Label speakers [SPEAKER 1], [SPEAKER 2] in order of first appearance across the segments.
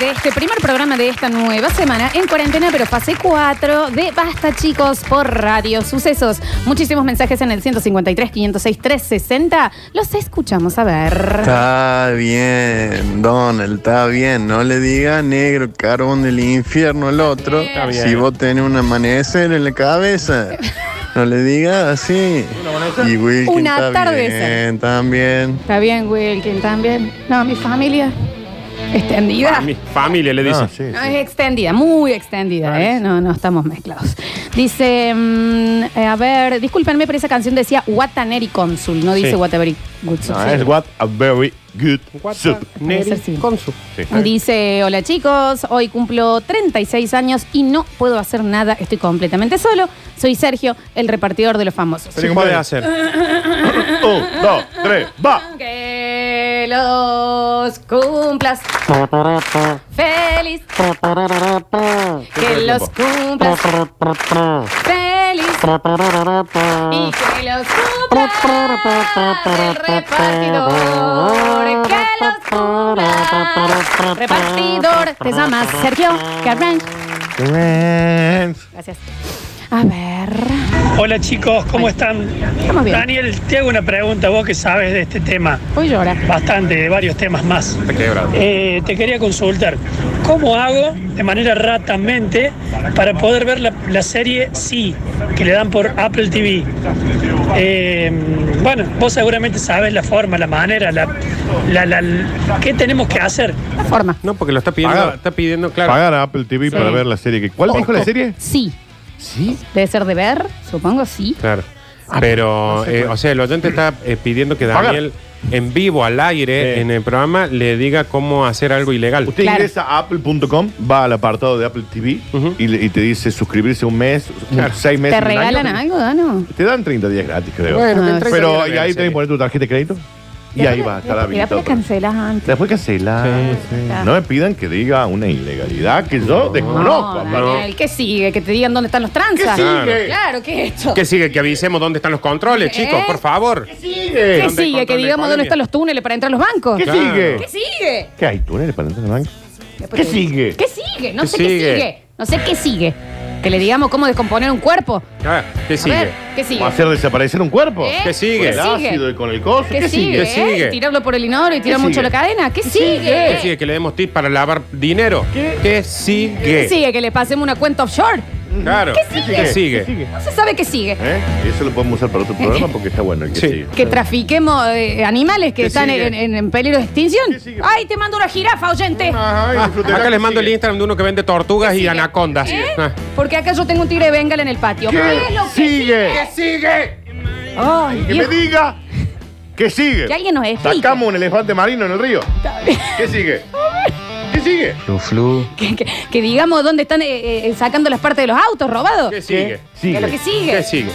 [SPEAKER 1] este primer programa de esta nueva semana en cuarentena, pero fase 4 de Basta, chicos, por Radio Sucesos. Muchísimos mensajes en el 153, 506, 360. Los escuchamos a ver.
[SPEAKER 2] Está bien, Donald, está bien. No le diga negro carbón del infierno al otro.
[SPEAKER 1] Está
[SPEAKER 3] bien.
[SPEAKER 2] Si vos tenés un amanecer en la cabeza. No le diga así. Y Wilkin
[SPEAKER 1] Un
[SPEAKER 2] está
[SPEAKER 1] atardecer.
[SPEAKER 2] bien, también.
[SPEAKER 1] Está bien, Wilkin, también. No, mi familia. Extendida.
[SPEAKER 3] Fami- familia le dice.
[SPEAKER 2] Ah, sí,
[SPEAKER 1] No,
[SPEAKER 2] sí.
[SPEAKER 1] es extendida, muy extendida, ¿eh? No, no estamos mezclados. Dice, mm, eh, a ver, discúlpenme, pero esa canción decía Wataneri Consul, no dice
[SPEAKER 3] Sí.
[SPEAKER 1] Whatever Good
[SPEAKER 4] No,
[SPEAKER 1] Success.
[SPEAKER 4] Ah, es what a very good soup.
[SPEAKER 1] Neri Ese sí.
[SPEAKER 3] Consu.
[SPEAKER 4] Sí.
[SPEAKER 1] Dice, hola chicos, hoy cumplo 36 años y no puedo hacer nada, estoy completamente solo. Soy Sergio, el repartidor de los famosos.
[SPEAKER 3] ¿Qué puede hacer?
[SPEAKER 4] Un, dos, tres, va.
[SPEAKER 1] Que los cumplas feliz. Que los cumplas feliz. Y que los cumplas el repartidor. Que los cumplas repartidor. Te llamas Sergio Carmen. Gracias. A ver.
[SPEAKER 5] Hola chicos, ¿cómo están?
[SPEAKER 1] Estamos bien.
[SPEAKER 5] Daniel, te hago una pregunta, vos que sabes de este tema,
[SPEAKER 1] Voy a llorar.
[SPEAKER 5] bastante, de varios temas más.
[SPEAKER 3] Está quebrado.
[SPEAKER 5] Eh, te quería consultar, ¿cómo hago de manera ratamente para poder ver la, la serie Sí, que le dan por Apple TV? Eh, bueno, vos seguramente sabes la forma, la manera, la, la- la- ¿qué tenemos que hacer?
[SPEAKER 1] La forma.
[SPEAKER 3] No, porque lo está pidiendo.
[SPEAKER 4] Pagar.
[SPEAKER 3] Está pidiendo, claro.
[SPEAKER 4] Pagar a Apple TV
[SPEAKER 1] Sí.
[SPEAKER 4] para ver la serie. que- ¿Cuál dijo la serie?
[SPEAKER 1] Sí.
[SPEAKER 3] Sí.
[SPEAKER 1] Debe ser de ver, supongo, sí.
[SPEAKER 3] Claro. Pero, eh, o sea, el oyente está eh, pidiendo que
[SPEAKER 4] Pagar.
[SPEAKER 3] Daniel, en vivo, al aire,
[SPEAKER 4] Sí.
[SPEAKER 3] en el programa, le diga cómo hacer algo ilegal.
[SPEAKER 4] Usted
[SPEAKER 1] Claro.
[SPEAKER 4] ingresa a apple.com, va al apartado de Apple TV
[SPEAKER 3] Ujú.
[SPEAKER 4] y, le- y te dice suscribirse un mes, un-
[SPEAKER 3] Claro.
[SPEAKER 4] seis meses.
[SPEAKER 1] ¿Te
[SPEAKER 4] un año.
[SPEAKER 1] regalan algo, Dano?
[SPEAKER 4] Te dan 30 días gratis, creo.
[SPEAKER 3] Bueno,
[SPEAKER 1] Ah,
[SPEAKER 3] que entre-
[SPEAKER 4] Pero
[SPEAKER 3] sí.
[SPEAKER 4] y ahí tenés que poner tu tarjeta de crédito y ahí va
[SPEAKER 1] Y
[SPEAKER 4] a estar
[SPEAKER 1] después
[SPEAKER 4] habilitado.
[SPEAKER 1] la cancelas antes.
[SPEAKER 4] Después cancelar.
[SPEAKER 3] Sí,
[SPEAKER 1] sí.
[SPEAKER 4] No me pidan que diga una ilegalidad que yo desconozco.
[SPEAKER 1] No,
[SPEAKER 4] aparte.
[SPEAKER 1] Daniel, ¿qué sigue? Que te digan dónde están los tranzas.
[SPEAKER 4] ¿Qué
[SPEAKER 1] Claro,
[SPEAKER 3] sigue?
[SPEAKER 1] Claro, ¿qué es esto?
[SPEAKER 3] Que sigue, que avisemos dónde están los
[SPEAKER 1] ¿Eh?
[SPEAKER 3] controles, chicos, por favor.
[SPEAKER 1] ¿Qué
[SPEAKER 3] ¿Dónde
[SPEAKER 1] sigue? Que
[SPEAKER 3] controla
[SPEAKER 1] digamos
[SPEAKER 3] la
[SPEAKER 1] dónde
[SPEAKER 3] economía?
[SPEAKER 1] están los túneles para entrar a los bancos.
[SPEAKER 4] ¿Qué
[SPEAKER 1] ¿Qué,
[SPEAKER 3] Claro.
[SPEAKER 4] sigue?
[SPEAKER 1] sigue?
[SPEAKER 4] ¿Qué hay? ¿Túneles para entrar al banco?
[SPEAKER 1] Después
[SPEAKER 4] ¿Qué
[SPEAKER 1] te digo,
[SPEAKER 4] sigue?
[SPEAKER 1] ¿Qué sigue? No
[SPEAKER 3] ¿Qué
[SPEAKER 1] sé qué
[SPEAKER 3] sigue?
[SPEAKER 1] sigue. No sé qué sigue. Que le digamos cómo descomponer un cuerpo.
[SPEAKER 3] Ah, ¿Qué
[SPEAKER 1] A ver,
[SPEAKER 3] sigue?
[SPEAKER 1] ¿qué sigue?
[SPEAKER 4] ¿O hacer desaparecer un cuerpo?
[SPEAKER 1] ¿Eh?
[SPEAKER 3] ¿Qué sigue?
[SPEAKER 4] Con el
[SPEAKER 1] ¿Qué
[SPEAKER 4] ácido y con el coso.
[SPEAKER 1] ¿Qué sigue?
[SPEAKER 3] ¿Qué
[SPEAKER 1] eh?
[SPEAKER 3] sigue?
[SPEAKER 1] Tirarlo por el inodoro y tirar
[SPEAKER 4] ¿Qué
[SPEAKER 1] mucho la
[SPEAKER 4] sigue?
[SPEAKER 1] cadena. ¿Qué
[SPEAKER 3] ¿Qué
[SPEAKER 1] sigue?
[SPEAKER 3] sigue? Que le demos tip para lavar dinero. ¿Qué, sigue?
[SPEAKER 1] ¿Qué sigue? Que le pasemos una cuenta offshore.
[SPEAKER 3] Claro.
[SPEAKER 1] ¿Qué sigue?
[SPEAKER 3] ¿Qué sigue?
[SPEAKER 4] ¿Qué Mm. sigue?
[SPEAKER 1] No se sabe qué sigue.
[SPEAKER 4] ¿Eh? Eso lo podemos usar para otro programa porque está bueno el que
[SPEAKER 3] Sí.
[SPEAKER 4] sigue.
[SPEAKER 1] Que trafiquemos eh, animales que
[SPEAKER 3] ¿Qué
[SPEAKER 1] están
[SPEAKER 3] sigue?
[SPEAKER 1] en, en- en peligro de extinción.
[SPEAKER 4] ¿Qué sigue?
[SPEAKER 1] ¡Ay, te mando una jirafa, oyente! ¿Eh?
[SPEAKER 4] Ajá, y
[SPEAKER 3] Ah,
[SPEAKER 4] disfrutará
[SPEAKER 3] acá
[SPEAKER 4] que
[SPEAKER 3] les mando el
[SPEAKER 4] sigue.
[SPEAKER 3] Instagram de uno que vende tortugas y anacondas.
[SPEAKER 1] ¿Eh?
[SPEAKER 3] Ah.
[SPEAKER 1] Porque acá yo tengo un tigre de bengala en el patio. ¿Qué es lo que
[SPEAKER 4] ¿Qué sigue?
[SPEAKER 3] ¿Qué sigue?
[SPEAKER 1] Ay,
[SPEAKER 4] Que me
[SPEAKER 1] Dios.
[SPEAKER 4] diga que sigue.
[SPEAKER 1] Que alguien nos explique.
[SPEAKER 4] Sacamos un elefante marino en el río. ¿Qué sigue? ¿Qué sigue?
[SPEAKER 1] que, que- que digamos dónde están eh, eh, sacando las partes de los autos robados.
[SPEAKER 3] ¿Qué sigue?
[SPEAKER 1] ¿Qué es lo que sigue?
[SPEAKER 3] ¿Qué sigue?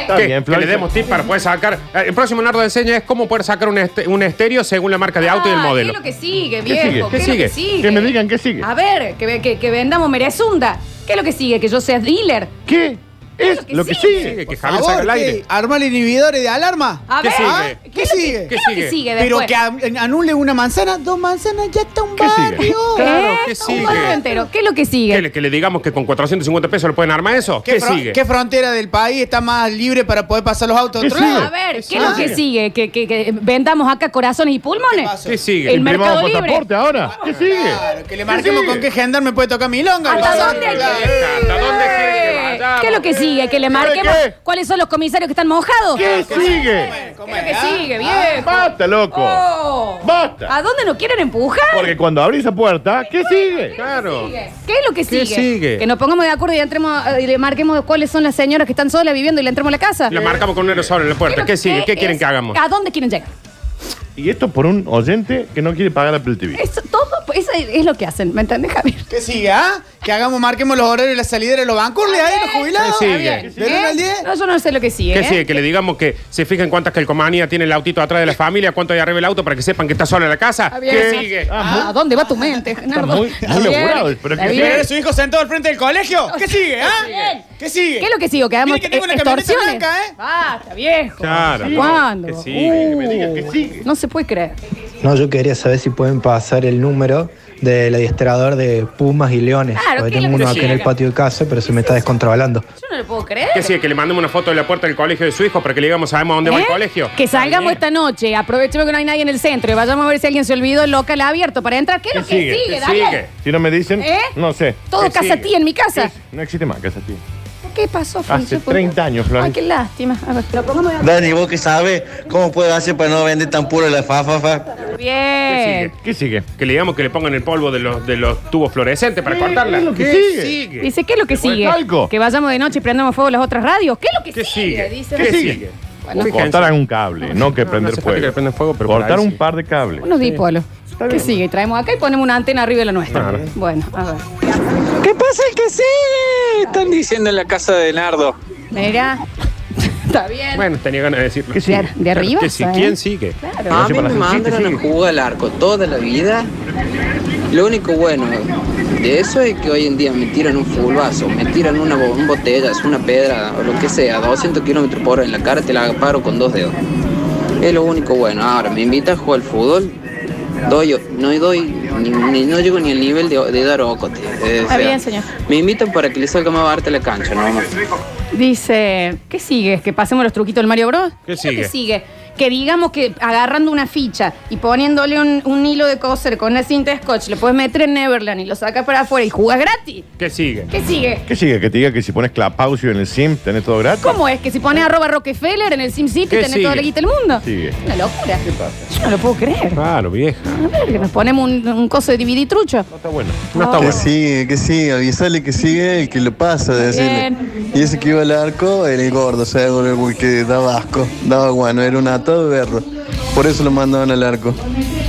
[SPEAKER 4] Está
[SPEAKER 3] ¿Qué?
[SPEAKER 4] bien,
[SPEAKER 3] que le
[SPEAKER 4] Florencia.
[SPEAKER 3] demos tip para poder sacar. Eh, El próximo nardo de enseña es cómo poder sacar un, este- un estéreo según la marca de auto y el
[SPEAKER 1] Ah,
[SPEAKER 3] modelo.
[SPEAKER 1] ¿Qué es lo que sigue,
[SPEAKER 4] ¿Qué sigue?
[SPEAKER 1] viejo?
[SPEAKER 3] ¿Qué
[SPEAKER 1] es lo
[SPEAKER 3] sigue?
[SPEAKER 4] Que me digan qué sigue.
[SPEAKER 1] A ver, que, ve- que- que vendamos merezunda. ¿Qué es lo que sigue? ¿Que yo sea dealer?
[SPEAKER 4] ¿Qué? Es lo que sigue.
[SPEAKER 3] sigue? Que
[SPEAKER 6] Por
[SPEAKER 3] Javier saca el
[SPEAKER 6] favor,
[SPEAKER 3] aire.
[SPEAKER 6] ¿qué? Armar inhibidores de alarma.
[SPEAKER 1] A
[SPEAKER 3] ¿Qué
[SPEAKER 1] ver,
[SPEAKER 3] sigue?
[SPEAKER 1] ¿ah?
[SPEAKER 6] ¿Qué
[SPEAKER 1] es lo que-
[SPEAKER 6] sigue?
[SPEAKER 1] ¿Qué es lo que
[SPEAKER 3] ¿Qué
[SPEAKER 1] sigue
[SPEAKER 6] Pero
[SPEAKER 1] después?
[SPEAKER 6] que am- anule una manzana, dos manzanas, ya está un
[SPEAKER 4] ¿Qué sigue?
[SPEAKER 6] barrio.
[SPEAKER 3] Claro, ¿qué
[SPEAKER 1] ¿Eh?
[SPEAKER 3] sigue?
[SPEAKER 1] Un barrio entero. ¿Qué es lo que
[SPEAKER 3] ¿Que
[SPEAKER 1] sigue?
[SPEAKER 3] le, que le digamos que con 450 pesos lo pueden armar eso. ¿Qué,
[SPEAKER 6] ¿Qué, fron-
[SPEAKER 3] sigue?
[SPEAKER 6] qué frontera del país está más libre para poder pasar los autos
[SPEAKER 4] ¿Qué
[SPEAKER 6] a otro
[SPEAKER 4] sigue?
[SPEAKER 6] lado?
[SPEAKER 1] A ver, ¿qué es
[SPEAKER 3] Ah.
[SPEAKER 1] lo que sigue? ¿Que, que- que vendamos acá corazones y pulmones?
[SPEAKER 6] pasó?
[SPEAKER 3] ¿Qué sigue?
[SPEAKER 1] El Mercado
[SPEAKER 4] ¿Imprimamos
[SPEAKER 1] Libre.
[SPEAKER 4] pasaporte ahora? ¿Qué sigue?
[SPEAKER 6] Claro, que le
[SPEAKER 4] ¿Qué
[SPEAKER 6] marquemos
[SPEAKER 4] sigue?
[SPEAKER 6] con qué gendarme puede tocar milonga.
[SPEAKER 1] ¿Hasta
[SPEAKER 6] Claro,
[SPEAKER 1] dónde hay que
[SPEAKER 6] claro.
[SPEAKER 1] ir?
[SPEAKER 3] ¿Hasta dónde quiere que vayamos?
[SPEAKER 1] ¿Qué es lo que sigue? ¿Que le marquemos
[SPEAKER 4] ¿Qué?
[SPEAKER 1] cuáles son los comisarios que están mojados?
[SPEAKER 4] ¿Qué sigue?
[SPEAKER 1] ¿Qué es lo que
[SPEAKER 6] ¿Ah?
[SPEAKER 1] sigue, viejo?
[SPEAKER 4] Basta, loco.
[SPEAKER 1] Oh.
[SPEAKER 4] Basta.
[SPEAKER 1] ¿A dónde nos quieren empujar?
[SPEAKER 4] Porque cuando abrís esa puerta, ¿qué sigue?
[SPEAKER 3] Claro.
[SPEAKER 1] ¿Qué es lo que sigue?
[SPEAKER 3] ¿Qué sigue?
[SPEAKER 1] Que nos pongamos de acuerdo y, entremos, eh, y le marquemos cuáles son las señoras que están solas viviendo y le entremos a la casa.
[SPEAKER 3] La marcamos con un aerosol en la
[SPEAKER 1] es lo
[SPEAKER 3] puerta. ¿Qué sigue? ¿Qué quieren
[SPEAKER 1] es?
[SPEAKER 3] que hagamos?
[SPEAKER 1] ¿A dónde quieren llegar?
[SPEAKER 4] Y esto por un oyente que no quiere pagar Apple TV.
[SPEAKER 1] Eso, todo, eso es lo que hacen, ¿me entendés, Javier?
[SPEAKER 6] ¿Qué sigue, ah? Que hagamos, marquemos los horarios de la salida de los bancos, le a los jubilados.
[SPEAKER 3] ¿Qué sigue?
[SPEAKER 1] Está bien.
[SPEAKER 6] ¿Del uno al diez?
[SPEAKER 1] ¿Eh? No, yo no sé lo que sigue.
[SPEAKER 3] ¿Qué
[SPEAKER 1] ¿eh?
[SPEAKER 3] sigue? Que le digamos que se fijen cuántas calcomanías tiene el autito atrás de la familia, cuánto hay arriba el auto para que sepan que está solo en la casa.
[SPEAKER 1] Está bien.
[SPEAKER 3] ¿Qué sigue?
[SPEAKER 1] Ah, ¿A dónde va tu mente, Gerardo?
[SPEAKER 4] muy-
[SPEAKER 1] Está
[SPEAKER 4] muy
[SPEAKER 1] bien,
[SPEAKER 4] laburado, pero
[SPEAKER 1] está
[SPEAKER 4] ¿qué
[SPEAKER 1] bien.
[SPEAKER 6] ¿Tiene su hijo sentado al frente del colegio? ¿Qué sigue, ah? ¿Qué sigue?
[SPEAKER 1] ¿Qué es lo que sigo? ¿Que hagamos
[SPEAKER 6] Mire que tengo una camioneta
[SPEAKER 1] extorsiones?
[SPEAKER 6] blanca, ¿eh?
[SPEAKER 1] Basta, viejo.
[SPEAKER 3] Claro.
[SPEAKER 1] ¿Cuándo?
[SPEAKER 3] ¿Qué sigue?
[SPEAKER 4] Que me diga qué sigue.
[SPEAKER 1] No se puede creer.
[SPEAKER 7] No, yo quería saber si pueden pasar el número del adiestrador de Pumas y Leones.
[SPEAKER 1] Claro,
[SPEAKER 7] Porque
[SPEAKER 1] ¿qué
[SPEAKER 7] tengo
[SPEAKER 1] le
[SPEAKER 7] uno acá en el
[SPEAKER 1] llega?
[SPEAKER 7] patio de casa, pero se me está descontrolando.
[SPEAKER 1] Yo no lo puedo
[SPEAKER 3] Que
[SPEAKER 1] creer.
[SPEAKER 3] sí, que le mandemos una foto de la puerta del colegio de su hijo para que le digamos, sabemos a dónde va
[SPEAKER 1] ¿Eh?
[SPEAKER 3] el colegio.
[SPEAKER 1] Que salgamos esta noche, aprovechemos que no hay nadie en el centro y vayamos a ver si alguien se olvidó el local abierto para entrar. ¿Qué es lo que
[SPEAKER 4] ¿Qué
[SPEAKER 1] sigue,
[SPEAKER 4] sigue?
[SPEAKER 3] ¿Qué
[SPEAKER 1] Daniel?
[SPEAKER 3] sigue?
[SPEAKER 4] Si no me dicen,
[SPEAKER 1] ¿Eh?
[SPEAKER 4] no sé.
[SPEAKER 1] Todo
[SPEAKER 3] ¿Qué
[SPEAKER 1] casa a
[SPEAKER 3] sigue?
[SPEAKER 1] ti en mi casa.
[SPEAKER 4] No existe más casa, tío.
[SPEAKER 1] ¿Qué pasó,
[SPEAKER 4] Hace
[SPEAKER 1] Florencia?
[SPEAKER 4] 30 años,
[SPEAKER 1] Ay,
[SPEAKER 4] Florencia.
[SPEAKER 1] qué lástima. A ver.
[SPEAKER 8] Dani, vos que sabes, ¿cómo puedes hacer para no vender tan puro la fafafa?
[SPEAKER 1] Bien.
[SPEAKER 4] ¿Qué sigue?
[SPEAKER 3] Que le digamos que le pongan el polvo de los, de los tubos fluorescentes para cortarla.
[SPEAKER 4] es lo que
[SPEAKER 3] ¿Qué
[SPEAKER 4] sigue?
[SPEAKER 1] Dice, ¿qué es lo que
[SPEAKER 4] Bueno,
[SPEAKER 1] sigue?
[SPEAKER 4] talco.
[SPEAKER 1] Que vayamos de noche y prendamos fuego las otras radios. ¿Qué es lo que
[SPEAKER 3] ¿Qué
[SPEAKER 1] sigue?
[SPEAKER 3] sigue?
[SPEAKER 1] Dice.
[SPEAKER 3] ¿Qué sigue? Fíjense.
[SPEAKER 4] Cortar algún cable, no que
[SPEAKER 3] No, no
[SPEAKER 4] prender
[SPEAKER 3] hace falta
[SPEAKER 4] fuego.
[SPEAKER 3] que le prenda fuego, pero por
[SPEAKER 4] Cortar
[SPEAKER 3] ahí
[SPEAKER 4] un
[SPEAKER 3] sí.
[SPEAKER 4] par de cables.
[SPEAKER 1] Unos dipolos. ¿Qué
[SPEAKER 4] bien.
[SPEAKER 1] sigue? Y traemos acá y ponemos una antena arriba de la nuestra. Bueno, a ver.
[SPEAKER 9] ¿Qué pasa el que sigue? Están diciendo en la casa de Nardo.
[SPEAKER 1] Mira. Está bien.
[SPEAKER 3] Bueno, tenía ganas de decirlo.
[SPEAKER 4] ¿Qué
[SPEAKER 1] de,
[SPEAKER 4] sigue?
[SPEAKER 1] ar- de arriba.
[SPEAKER 3] Que si,
[SPEAKER 1] ¿sabes?
[SPEAKER 3] ¿Quién sigue?
[SPEAKER 1] Claro.
[SPEAKER 9] A
[SPEAKER 4] sé
[SPEAKER 9] mí
[SPEAKER 4] para
[SPEAKER 9] me
[SPEAKER 4] hacer chistes,
[SPEAKER 9] mandaron
[SPEAKER 4] sí.
[SPEAKER 9] a jugar al arco toda la vida. Lo único bueno de eso es que hoy en día me tiran un fulbazo, me tiran una bo- un botella, una pedra o lo que sea, 200 kilómetros por hora en la cara, te la paro con dos dedos. Es lo único bueno. Ahora, me invitan a jugar al fútbol, doy, no doy, ni- ni- no llego ni al nivel de, de dar ocote. Eh, o
[SPEAKER 1] Está
[SPEAKER 9] sea,
[SPEAKER 1] bien, señor.
[SPEAKER 9] Me invitan para que le salga más barata la cancha, ¿no?
[SPEAKER 1] Dice, ¿qué sigue? ¿Que pasemos los truquitos del Mario Bros?
[SPEAKER 3] ¿Qué
[SPEAKER 1] es lo
[SPEAKER 3] sigue?
[SPEAKER 1] que sigue? Que digamos que agarrando una ficha y poniéndole un, un hilo de coser con una cinta de scotch, lo puedes meter en Neverland y lo sacas para afuera y jugas gratis.
[SPEAKER 3] ¿Qué sigue?
[SPEAKER 1] ¿Qué sigue?
[SPEAKER 4] ¿Qué sigue? Que te diga que si pones clapausio en el sim, tenés todo gratis.
[SPEAKER 1] ¿Cómo es? Que si pones arroba Rockefeller en el SimCity
[SPEAKER 3] ¿Qué
[SPEAKER 1] tenés
[SPEAKER 3] sigue?
[SPEAKER 1] todo el guita del mundo.
[SPEAKER 4] Sigue.
[SPEAKER 1] Una locura. Yo no lo puedo creer.
[SPEAKER 3] Claro, vieja.
[SPEAKER 1] A ver, que nos ponemos un, un coso de DVD trucho.
[SPEAKER 4] No está bueno.
[SPEAKER 3] No está
[SPEAKER 1] Ah,
[SPEAKER 2] Que
[SPEAKER 3] bueno.
[SPEAKER 2] sigue, que sigue, avisale que sigue el que lo pasa, decirle.
[SPEAKER 1] Bien.
[SPEAKER 2] Y ese que iba al arco era el gordo, seguro, porque daba asco, daba guano, era un atado de berro. Por eso lo mandaban al arco.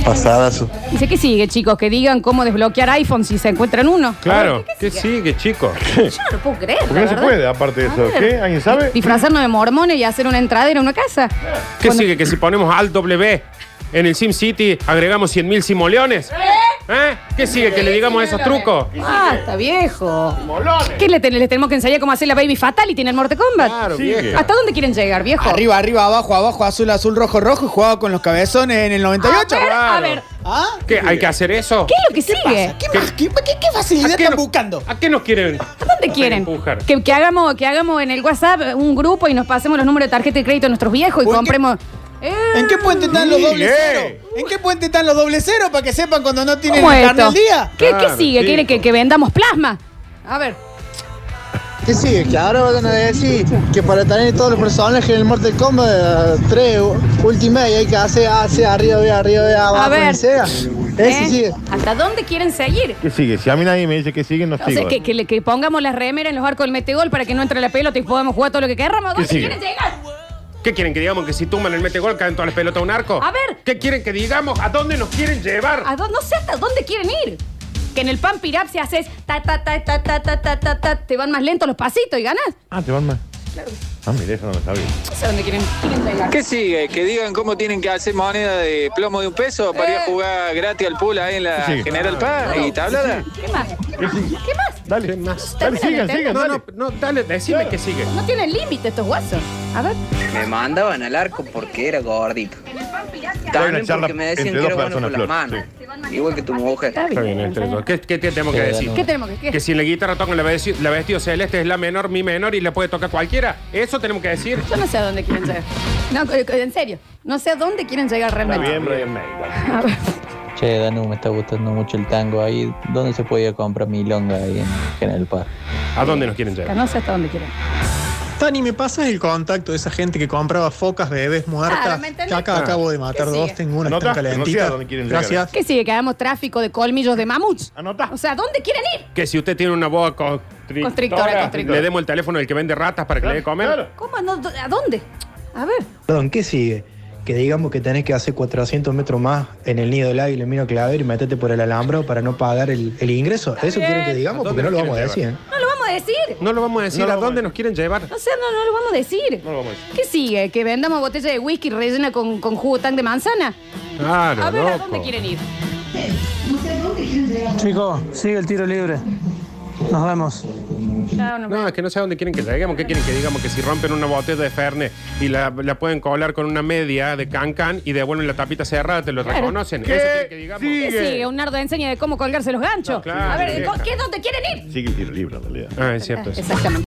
[SPEAKER 2] Pasadazo.
[SPEAKER 1] Dice, ¿qué sigue, chicos? Que digan cómo desbloquear iPhone si se encuentran uno.
[SPEAKER 3] Claro. ¿Qué sigue, chicos?
[SPEAKER 1] Yo no lo puedo creer.
[SPEAKER 4] Porque
[SPEAKER 1] la
[SPEAKER 4] no se
[SPEAKER 1] verdad.
[SPEAKER 4] puede, aparte de eso.
[SPEAKER 1] A ver.
[SPEAKER 4] ¿Qué? ¿Alguien sabe?
[SPEAKER 1] Disfrazarnos de mormones y hacer una entrada en una casa.
[SPEAKER 3] ¿Qué
[SPEAKER 1] Cuando-
[SPEAKER 3] sigue? Que si ponemos al W en el SimCity agregamos 100.000 simoleones. ¿Eh? ¿Qué sigue? Que le digamos esos trucos.
[SPEAKER 1] Ah, está viejo. ¿Qué le, ten- le tenemos que enseñar cómo hacer la Baby Fatality en el Morte Kombat?
[SPEAKER 3] Claro,
[SPEAKER 4] Sigue.
[SPEAKER 3] vieja.
[SPEAKER 1] ¿Hasta dónde quieren llegar, viejo?
[SPEAKER 6] Arriba, arriba, abajo, abajo, azul, azul, rojo, rojo. Y jugaba con los cabezones en el
[SPEAKER 1] A
[SPEAKER 6] 98.
[SPEAKER 1] ver, a
[SPEAKER 3] claro.
[SPEAKER 1] ver,
[SPEAKER 6] ¿Ah?
[SPEAKER 3] ¿Qué? ¿Hay que hacer eso?
[SPEAKER 1] ¿qué es lo que sigue?
[SPEAKER 6] ¿Qué, más- qué- qué- qué facilidad
[SPEAKER 3] ¿A qué
[SPEAKER 6] están
[SPEAKER 3] no-
[SPEAKER 6] buscando?
[SPEAKER 3] ¿A qué nos quieren?
[SPEAKER 1] ¿A dónde quieren?
[SPEAKER 3] Empujar.
[SPEAKER 1] Que, que hagamos, que hagamos en el WhatsApp un grupo y nos pasemos los números de tarjeta de crédito de nuestros viejos y
[SPEAKER 6] ¿O en qué-
[SPEAKER 1] compremos. Eh,
[SPEAKER 6] ¿En qué puente están los doble
[SPEAKER 3] eh.
[SPEAKER 4] Sigue.
[SPEAKER 6] cero? ¿En qué puente están los doble cero para que sepan cuando no tienen
[SPEAKER 1] ¿Cómo es
[SPEAKER 6] el carne
[SPEAKER 1] esto?
[SPEAKER 6] al día?
[SPEAKER 1] ¿Qué,
[SPEAKER 3] Claro,
[SPEAKER 1] qué sigue?
[SPEAKER 3] sí.
[SPEAKER 1] ¿Quieren que, que vendamos plasma? A ver.
[SPEAKER 8] ¿Qué sigue? Que ahora van a decir que para tener todos los personajes en el Mortal Kombat eh, 3 Ultimate hay que hacer hacia arriba, B, arriba, B, abajo,
[SPEAKER 1] ver.
[SPEAKER 8] en Sega. Ese
[SPEAKER 1] ¿eh?
[SPEAKER 8] sigue.
[SPEAKER 1] ¿Hasta dónde quieren seguir?
[SPEAKER 4] ¿Qué sigue? Si a mí nadie me dice que sigue, no
[SPEAKER 1] O sea,
[SPEAKER 4] sigo.
[SPEAKER 1] que, que le- que pongamos las remeras en los arcos del metegol para que no entre la pelota y podamos jugar todo lo que queramos. ¿Dónde
[SPEAKER 4] ¿Qué sigue?
[SPEAKER 1] quieren llegar?
[SPEAKER 3] ¿Qué quieren que digamos? ¿Que si tumban el metegol caen todas las pelotas a un arco?
[SPEAKER 1] A ver.
[SPEAKER 3] ¿Qué quieren que digamos? ¿A dónde nos quieren llevar?
[SPEAKER 1] ¿A dó- no sé hasta dónde quieren ir. Que en el pan pirap si haces ta ta ta ta ta ta ta ta ta, te van más lentos los pasitos y ganas.
[SPEAKER 4] Ah, te van más. Ah, mira, eso no lo sabía.
[SPEAKER 1] No sé dónde quieren, quieren llegar.
[SPEAKER 9] ¿Qué sigue? Que digan cómo tienen que hacer moneda de plomo de un peso para ir
[SPEAKER 1] Eh.
[SPEAKER 9] a jugar gratis al pool ahí en la
[SPEAKER 4] Sí, sí.
[SPEAKER 9] General Paz y tablada.
[SPEAKER 1] ¿Qué más? ¿Qué más? ¿Qué más?
[SPEAKER 4] Dale,
[SPEAKER 3] más?
[SPEAKER 4] dale, sigan,
[SPEAKER 1] Termina,
[SPEAKER 4] sigan,
[SPEAKER 3] No,
[SPEAKER 4] dale.
[SPEAKER 3] no, no, dale, decime qué sigue.
[SPEAKER 1] No tienen límite estos guasos. A ver.
[SPEAKER 9] Me mandaban al arco porque era gordito.
[SPEAKER 4] Hay una
[SPEAKER 9] También
[SPEAKER 4] charla
[SPEAKER 9] porque me decían
[SPEAKER 4] entre
[SPEAKER 9] que era
[SPEAKER 4] dos
[SPEAKER 9] bueno con las
[SPEAKER 4] personas,
[SPEAKER 9] manos. Igual que tu mujer.
[SPEAKER 1] Está
[SPEAKER 3] Está
[SPEAKER 1] bien.
[SPEAKER 3] bien, este, eso. ¿Qué, qué tenemos que decir?
[SPEAKER 1] ¿Qué tenemos que- qué?
[SPEAKER 3] Que si en la guitarra tocan la, vesti- la vestido celeste este es la menor, mi menor y la puede tocar cualquiera. Eso tenemos que decir.
[SPEAKER 1] Yo no sé a dónde quieren llegar. No, co- co- en serio. No sé a dónde quieren llegar realmente. A ver.
[SPEAKER 10] Che, Danu, me está gustando mucho el tango ahí. ¿Dónde se podía comprar milonga ahí en General Paz?
[SPEAKER 3] ¿A dónde nos quieren llevar?
[SPEAKER 1] No sé hasta dónde quieren.
[SPEAKER 8] Dani, ¿me pasas el contacto de esa gente que compraba focas bebés
[SPEAKER 1] Claro, ¿me entendés?
[SPEAKER 8] acá acabo de
[SPEAKER 1] ¿Qué sigue?
[SPEAKER 8] tengo una
[SPEAKER 4] Anota, anota dónde quieren llegar.
[SPEAKER 1] ¿Qué sigue? Que hagamos tráfico de colmillos de mamuts.
[SPEAKER 4] Anota.
[SPEAKER 1] O sea, ¿a dónde quieren ir?
[SPEAKER 3] Que si usted tiene una boa constrictora,
[SPEAKER 1] Constrictora, constrictora.
[SPEAKER 3] le demos el teléfono del que vende ratas para que le dé comer.
[SPEAKER 4] Claro.
[SPEAKER 1] ¿Cómo? No, do- ¿A dónde? A ver.
[SPEAKER 7] Perdón, ¿qué sigue? Que digamos que tenés que hacer 400 metros más en el nido del águila en Mino Claver y metete por el alambrado para no pagar el, el ingreso. ¿Eso
[SPEAKER 1] bien.
[SPEAKER 7] quieren que digamos? Porque no lo vamos a decir, ¿eh?
[SPEAKER 1] No lo vamos a decir.
[SPEAKER 3] No lo vamos a decir.
[SPEAKER 4] No lo
[SPEAKER 3] ¿A
[SPEAKER 4] vamos a
[SPEAKER 3] dónde
[SPEAKER 4] decir.
[SPEAKER 3] nos quieren llevar?
[SPEAKER 1] O sea, no, no lo vamos a decir.
[SPEAKER 4] No lo vamos a decir.
[SPEAKER 1] ¿Qué sigue? ¿Que vendamos botella de whisky rellena con, con jugo tan de manzana?
[SPEAKER 3] Claro,
[SPEAKER 1] a ver, ¿a
[SPEAKER 3] loco.
[SPEAKER 1] dónde quieren ir?
[SPEAKER 11] Chicos, sigue el tiro libre. Nos vemos.
[SPEAKER 1] Chao, nos
[SPEAKER 3] No, es que no sé a dónde quieren que lleguemos. ¿Qué quieren que digamos? Que si rompen una botella de Fernet y la, la pueden colar con una media de cancan y devuelven la tapita cerrada, te lo
[SPEAKER 1] Claro.
[SPEAKER 3] reconocen. Eso quieren que
[SPEAKER 4] ¿Qué
[SPEAKER 3] digamos.
[SPEAKER 1] ¿Qué sigue?
[SPEAKER 4] sigue?
[SPEAKER 1] Un nardo enseña de cómo colgarse los ganchos.
[SPEAKER 3] No, claro,
[SPEAKER 1] a ver,
[SPEAKER 3] vieja.
[SPEAKER 1] ¿qué es donde quieren ir?
[SPEAKER 4] Sigue el tiro libre, en realidad.
[SPEAKER 3] Ah, es cierto. eso.
[SPEAKER 4] Eh,
[SPEAKER 1] Exactamente.